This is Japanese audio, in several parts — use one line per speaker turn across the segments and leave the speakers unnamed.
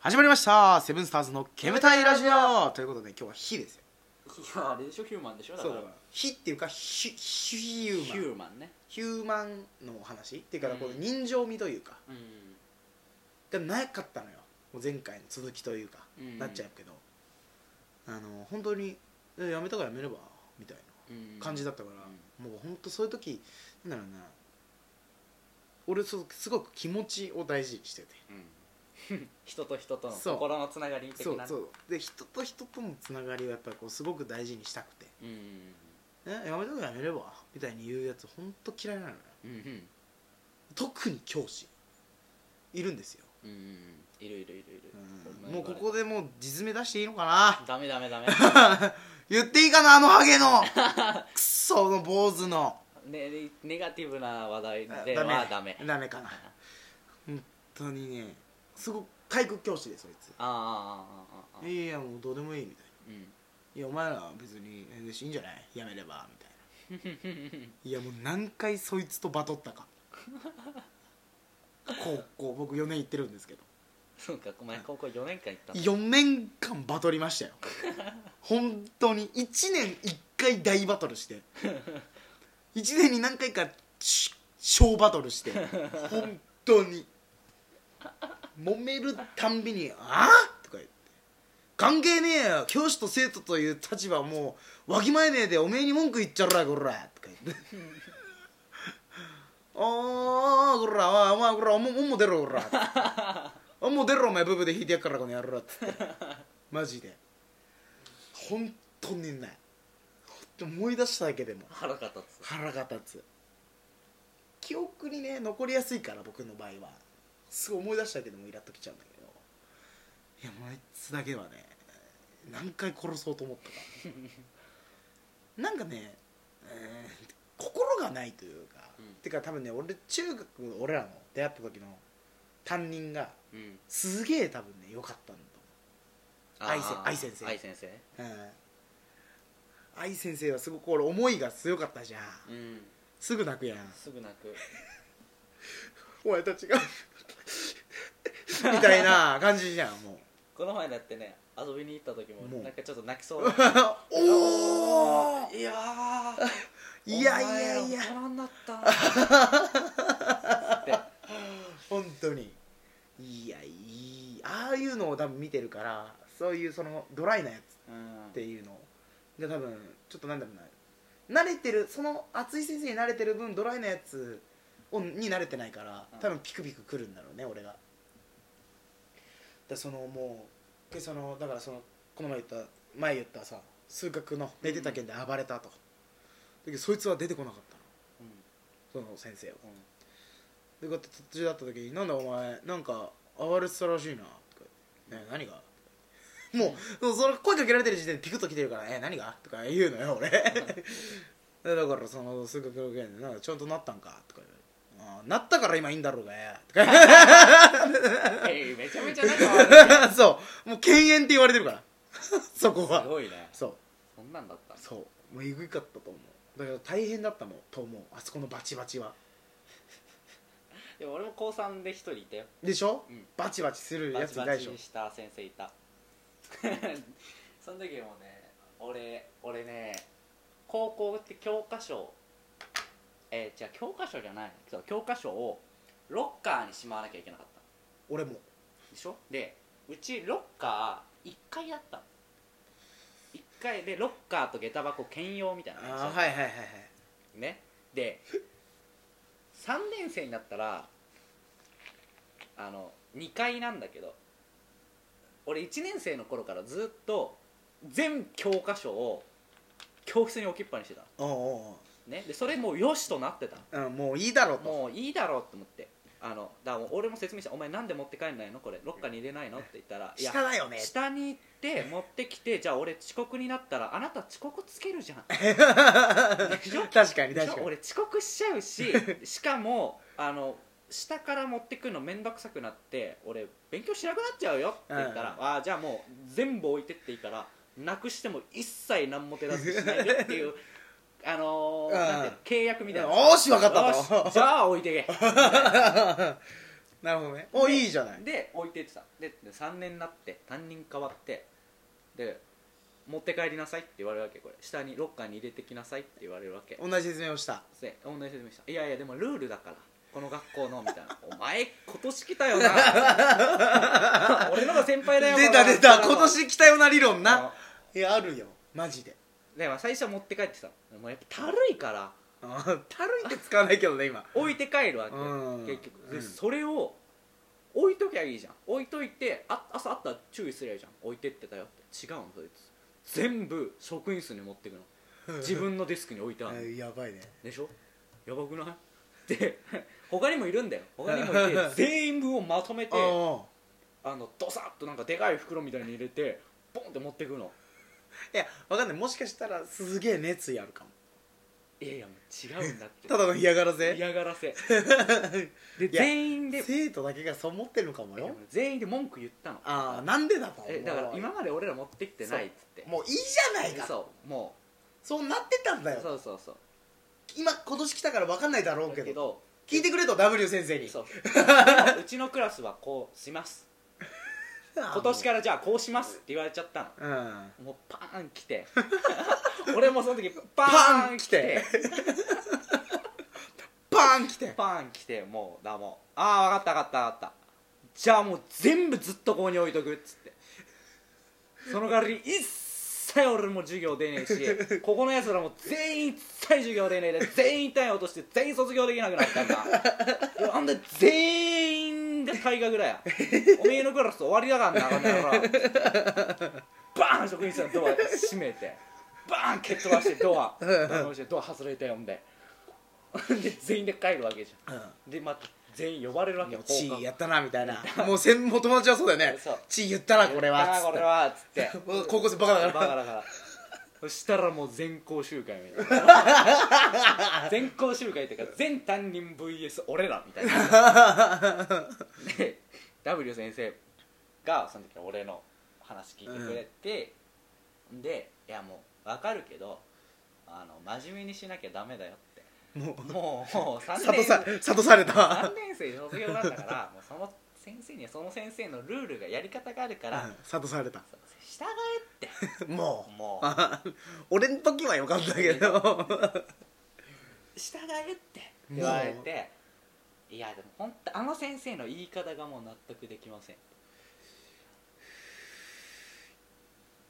始まりましたセブンスターズの煙たいラジオということで今日は「火」ですよ
いやあれでしょヒューマンでしょだ
そ
か
う
ら
だから「火」っていうか「ヒュヒュ
ヒ
ーマン
ューマンね」
ヒューマンのお話っていうか
うん
この人情味というか
うん
がなかったのよもう前回の続きというか
うん
なっちゃうけどあの本当にえやめたからやめればみたい
うん
な感じだったからもう本当そういう時なんだろうな俺そうすごく気持ちを大事にしてて
うん 人と人との
そう
心のつながり的
そう
な
そうで人と人とのつながりをやっぱりこうすごく大事にしたくて
うん
「えやめとくやめれば」みたいに言うやつ本当嫌いなのよ
うんうん
特に教師いるんですよ、
うんうんいるいるいるいる
うん
ほんま
もう
に
ここでもう実名出していいのかな
ダメダメダメ
言っていいかなあのハゲのくっその坊主の
ねネガティブな話題
あ
ではダメ
ダメ かな本当にねすごく体育教師でそいつ
ああああああああ
いやいやもうどうでもいいみたいな
うん
いやお前らは別に全然いいんじゃないやめればみたいないやもう何回そいつとバトったか高校僕4年行ってるんですけど
そうかお前高校4年間行ったの
4年間バトりました よ本当に1年1回大バトルして1年に何回かし小バトルして本当に揉めるたんびに「ああ?」とか言って「関係ねえよ教師と生徒という立場はもうわきまえねえでおめえに文句言っちゃうらこら」とか言って「おーこらお前こらおもおも出ろこら」あもう出ろお前ブブで引いてやっからこの野郎っつってマジで本当にないほんと思い出しただけでも
腹が立つ
腹が立つ記憶にね残りやすいから僕の場合はすごい思い出しただけでもイラっときちゃうんだけどいやもうあいつだけはね何回殺そうと思ったかなんかね、えー心がないというか、
うん
てか多分ね俺中学俺らの出会った時の担任が
うん
すげえ多分ね良かったんだ愛せ
ああ
愛先生
愛先生
と思う、うん、愛先生はすごく俺思いが強かったじゃん
うん
すぐ泣くやん
すぐ泣く
お前たちがみたいな感じじゃんもう
この前だってね遊びに行った時も
もう
なんかちょっと泣きそうだった
おお
いやー
いやいやいや
お前ら大人になったなって
本当にいやいいああいうのを多分見てるからそういうそのドライなやつ
うん
っていうのが多分ちょっとなんだろうな慣れてるその熱い先生に慣れてる分ドライなやつをに慣れてないから
うん
多分ピクピクくるんだろうね俺がだそのもうでそのだからそのこの前言った前言ったさ数学の寝てた件で暴れたと、だけどそいつは出てこなかったのその先生は
う
でこうやって途中だった時に「なんだお前なんか暴れてたらしいな」とか言って「ねえ何が?」もうそうその声かけられてる時点でピクッときてるから「え何が?」とか言うのよ俺で だからその数学の件で「なんかちゃんとなったんか?」とか言われてあーなったから今いいんだろうがよ」とか言わ
ん えいめちゃめちゃ 仲悪い
れてそうもう犬猿って言われてるから そこ
す
は
ごいね
そう
そんなんだった
そうもうえぐかったと思うだから大変だったもんと思うあそこのバチバチは
でも俺も高3で一人いたよ
でしょ、
うん
バチバチする
バ
や
チ
つ
バ
ないでしょ
チした先生いた その時もね俺俺ね高校って教科書えー、じゃあ教科書じゃないそう教科書をロッカーにしまわなきゃいけなかった
俺も
でしょでうちロッカー1階あったの1階でロッカーと下駄箱兼用みたいなの
ああ
る
はいはいはいはい
ねで3年生になったらあの2階なんだけど俺1年生の頃からずっと全教科書を教室に置きっぱにしてたの
おうおう
ねでそれもうよしとなってたの
おう、うん、もういいだろうと
もういいだろうと思ってあのだからもう俺も説明して「お前なんで持って帰んないのこれロッカーに入れないの?」って言ったら「いや
下だ よね
下に行って持ってきてじゃあ俺遅刻になったらあなた遅刻つけるじゃんしょ
確かに
でし
確
ょ
かに
俺遅刻しちゃ うししかもあの下から持ってくるの面倒くさくなって俺勉強しなくなっちゃうよって言ったら、
う
ああじゃあもう全部置いてっていいからなくしても一切何も手助けしないでっていうあの
う
ー
ん
なんていうの契約みたいな
よーしわかったと
よしじゃあ置いてけ
あ なるほどねお
で
いいじゃない
で置いてってたでで3年になって担任変わってで持って帰りなさいって言われるわけこれ下にロッカーに入れてきなさいって言われるわけ
同じ説明をした
で同じ説明した「いやいやでもルールだからこの学校の」み たいな「お前今年来たよな 俺のが先輩だよ
出た出た今
来
年来たよな理論
た
な」いやあるよマジで
でまあ最初は持って帰ってたのもうやっぱたるいから
あたるいって使わないけどね今
置いて帰るわけ、
うん
結局で、
うん
それを置いときゃいいじゃん置いといてあ朝あったら注意すりゃいいじゃん置いてってたよって違うのそいつ全部職員室に持ってく の自分のデスクに置いてあるの
えーやばいね
でしょやばくないで 他にもいるんだよ他にもい て全員分をまとめて
あ
あのドサッとなんかでかい袋みたいに入れてボンって持ってく
あ
の
いやわかんないもしかしたらすげえ熱意あるかも
いやいやもう違うんだって
ただの嫌がらせ
嫌 がらせで
いや
全員で
生徒だけがそう思ってるのかも
いや
よ
もう全員で文句言ったの
ああなんでだと
えだから今まで俺ら持ってきてないっつって
もういいじゃないかそう
そうも
なってたん
う
だよ
そうそうそう
今今年来たから分かんないだろうけ
だけ
ど
ど
聞いてくれと W 先生に
そうでもうちのクラスはこうします今
今
年からじゃあこうしますって言われちゃったの
うん
もうパーン来 て俺もその時パーン来て
バーン来て
パーン来てもうだもうああ分かった分かった分かったじゃあもう全部ずっとここに置いとくっつってその代わりに一切俺も授業出ねえしここのやつらも全員一切授業出ねえで全員単位落として全員卒業できなくなったんだいやあんで全員が退学だよおめえのクラス終わりだからなこの野郎バーン職員さんのドア閉めてバーン蹴っ飛ばしてドア
うんうん
バーン押してドア外れて呼んでで全員で帰るわけじゃん
うん
でまた全員呼ばれるわけ
もう
よ
チーやったなみたいなもうせんもう友達はそうだよね
そう
チー言ったなこれは
ああ
つっ
こ
て
れはつ って
もう高校生バカだ
バ
か
カ
ら
だからそしたらもう全校集会みたい な全校集会っていうか全担任 VS 俺らみたいなで W 先生がその時俺の話聞いてくれて、でいやもう分かるけどあの真面目にしなきゃダメだよって
もう
もうもう3
諭
年
さ諭された
3年生卒業なんだからもうその先生にはその先生のルールがやり方があるから、
うん諭された
従えって
もう
もう
あ 俺の時はよかったけど
従えって言われていやでも本当あの先生の言い方がもう納得できません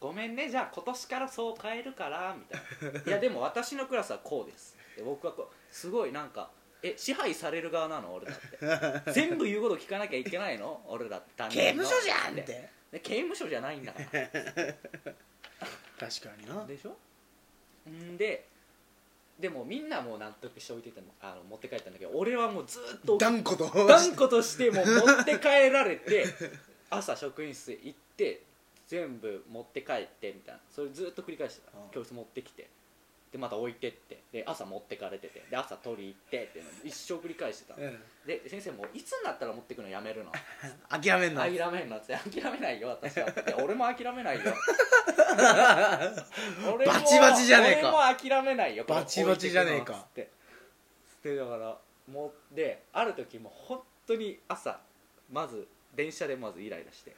ごめんねじゃあ今年からそう変えるからみた いないやでも私のクラスはこうですで僕はこうすごいなんかえ支配される側なの俺だっ て全部言うこと聞かなきゃいけないの俺だって担
刑
任の
務所じゃんって
で刑務所じゃないんだから
確かにな
でしょんででもみんなもう納得しておいててもあの持って帰ったんだけど俺はもうずっと
断固と
断固としてもう持って帰られて朝職員室行って全部持って帰ってみたいなそれずっと繰り返してた
うん
教室持ってきてでまた置いてってで朝持ってかれててで朝取り行ってっていうのを一生繰り返してた
うん
で先生もいつになったら持ってくのやめるの
諦めんな
諦めんなって諦めないよ私はって俺も諦め ないよ俺も
バチバチじゃねえか
俺も諦めないよ
バチバチじゃねえか
こう置いてくのっつってでだからもうである時もう本当に朝まず電車でまずイライ ラして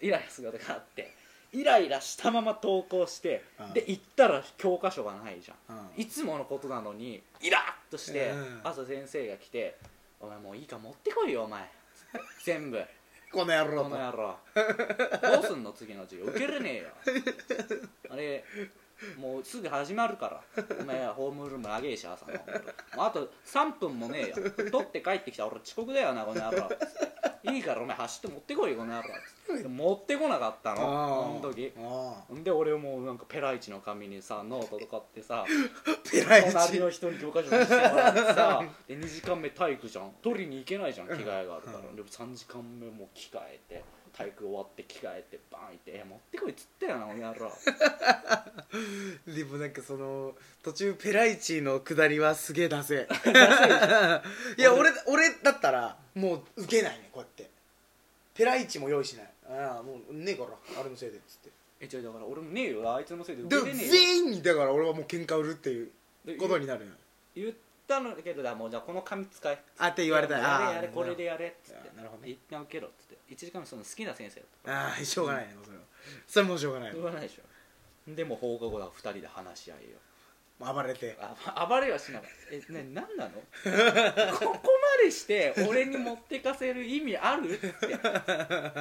イライラすることがあってイライラしたまま登校して、
うん
で行ったら教科書がないじゃん
うん
いつものことなのにイラッとして、
うん
朝先生が来て「お前もういいから持ってこいよお前」全部
この野
こ
郎
の
と
野郎どうすんの次の授業受けれねえよあれもうすぐ始まるからお前はホームルームあげえし朝のもうあと3分もねえよ取って帰ってきた俺遅刻だよなこの野郎いいからお前走って持ってこいよこの野郎持ってこなかったの
あ
その時
あ
で俺もうなんかペライチの紙にさノートとかってさ
ペライ
隣
チ
の人に教科書見せてもらってさ で2時間目体育じゃん取りに行けないじゃん着替えがあるから、
うん
で3時間目も着替えて体育終わって着替えてバーン行って「え持ってこい」っつったよなこの野郎
でもなんかその途中ペライチの下りはすげえダセえ いや俺俺だったらもう受けないねこうやってペライチも用意しないああもうねえからあれのせいでっつって
えじゃあだから俺もねえよあいつのせいで
で
受
も
けれねえよ
全員にだから俺はもう喧嘩売るっていう
で
ことになるよ
言っったんだけどだもうじゃあこの紙使え
あって言われたら
や
あ
れやれ
ー
これでやれっつっ
あなるほど
て
ね
一旦受けろっつって1時間目その好きな先生だっ
ああしょうがないねそれはそれもうしょうがない
た
よ
言わないでしょでも放課後は2人で話し合いよ
暴れ て
あ暴れはしなかったえね何なの ここまでして俺に持ってかせる意味あるっつっ
あー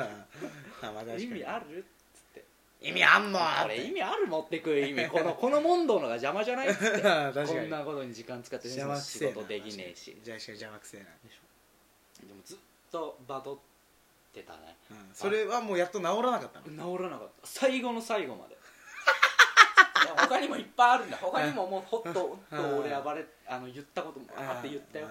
まあ確か
て
に
意味あるっつって
意味あんのー
これ意味ある持ってくる意味このこの問答のが邪魔じゃないっつっ
確
て
かに
こんなことに時間使って
邪魔く
仕
せえな
事できねえし
確かに邪魔くせえな
でもずっとバトってたね
うんそれはもうやっと治らなかったの
治らなかった最後の最後ま でいや他にもいっぱいあるんだ他にももうほっとほっ
う
と
ん
俺暴れあの言ったこともあって言ったよ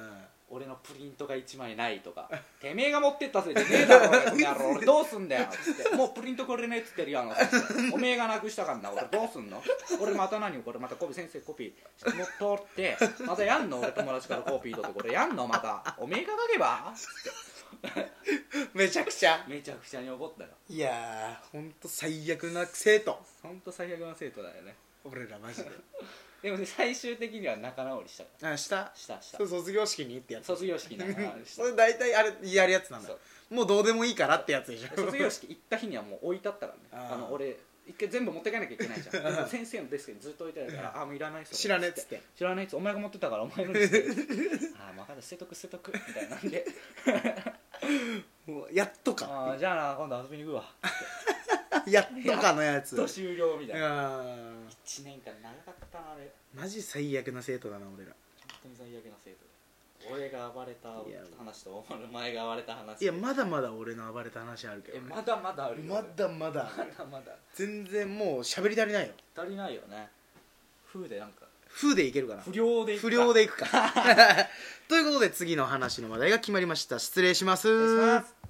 俺のプリントが1枚ないとか「てめえが持ってったせいでねえだろ俺この 野郎俺どうすんだよ」つって「もうプリントくれねえ」っつってるよあの先生おめえがなくしたからな俺どうすんの俺また何これまたコピー先生コピーも取ってまたやんの俺友達からコピー取ってこれやんのまたおめえが書けば
うんめちゃくちゃ
めちゃくちゃに怒ったよ
いやーほんと最悪な生徒
ほんと最悪な生徒だよね
俺らマジ で
でもね最終的には仲直りしたか
あした
らしたした
そう卒業式にってやつ
卒業式仲 直りし
そ
た
れ大体あれやるやつなんだ
そう
もうどうでもいいからってやつでしょ
卒業式行った日にはもう置いてあったからね
あ
あ
ー
の俺一回全部持っていかなきゃいけないじゃんでも先生のデスクにずっと置いてあるから「あーもういらないっす
知らねえっつって
知らないっつお前が持ってたからお前のにして ああ分かった捨てとく捨てとくみたいなん で
もうやっとか
あーじゃあな今度遊びに 行くわ
やっとかのやつ
と終了みたいな
あー
1年間長かったなあれ
マジ最悪な生徒だな俺ら
本当に最悪な生徒で俺が暴れた
いや
話とお前が暴れた話
いやまだまだ俺の暴れた話あるけ
え
どね
まだまだあるよ
まだまだ
まだまだ
全然もう喋り足りないよ
足りないよね風でなんか
風でいけるかな
不良でいくか
不良でい くかということで次の話の話題が決まりました失礼します
お願いします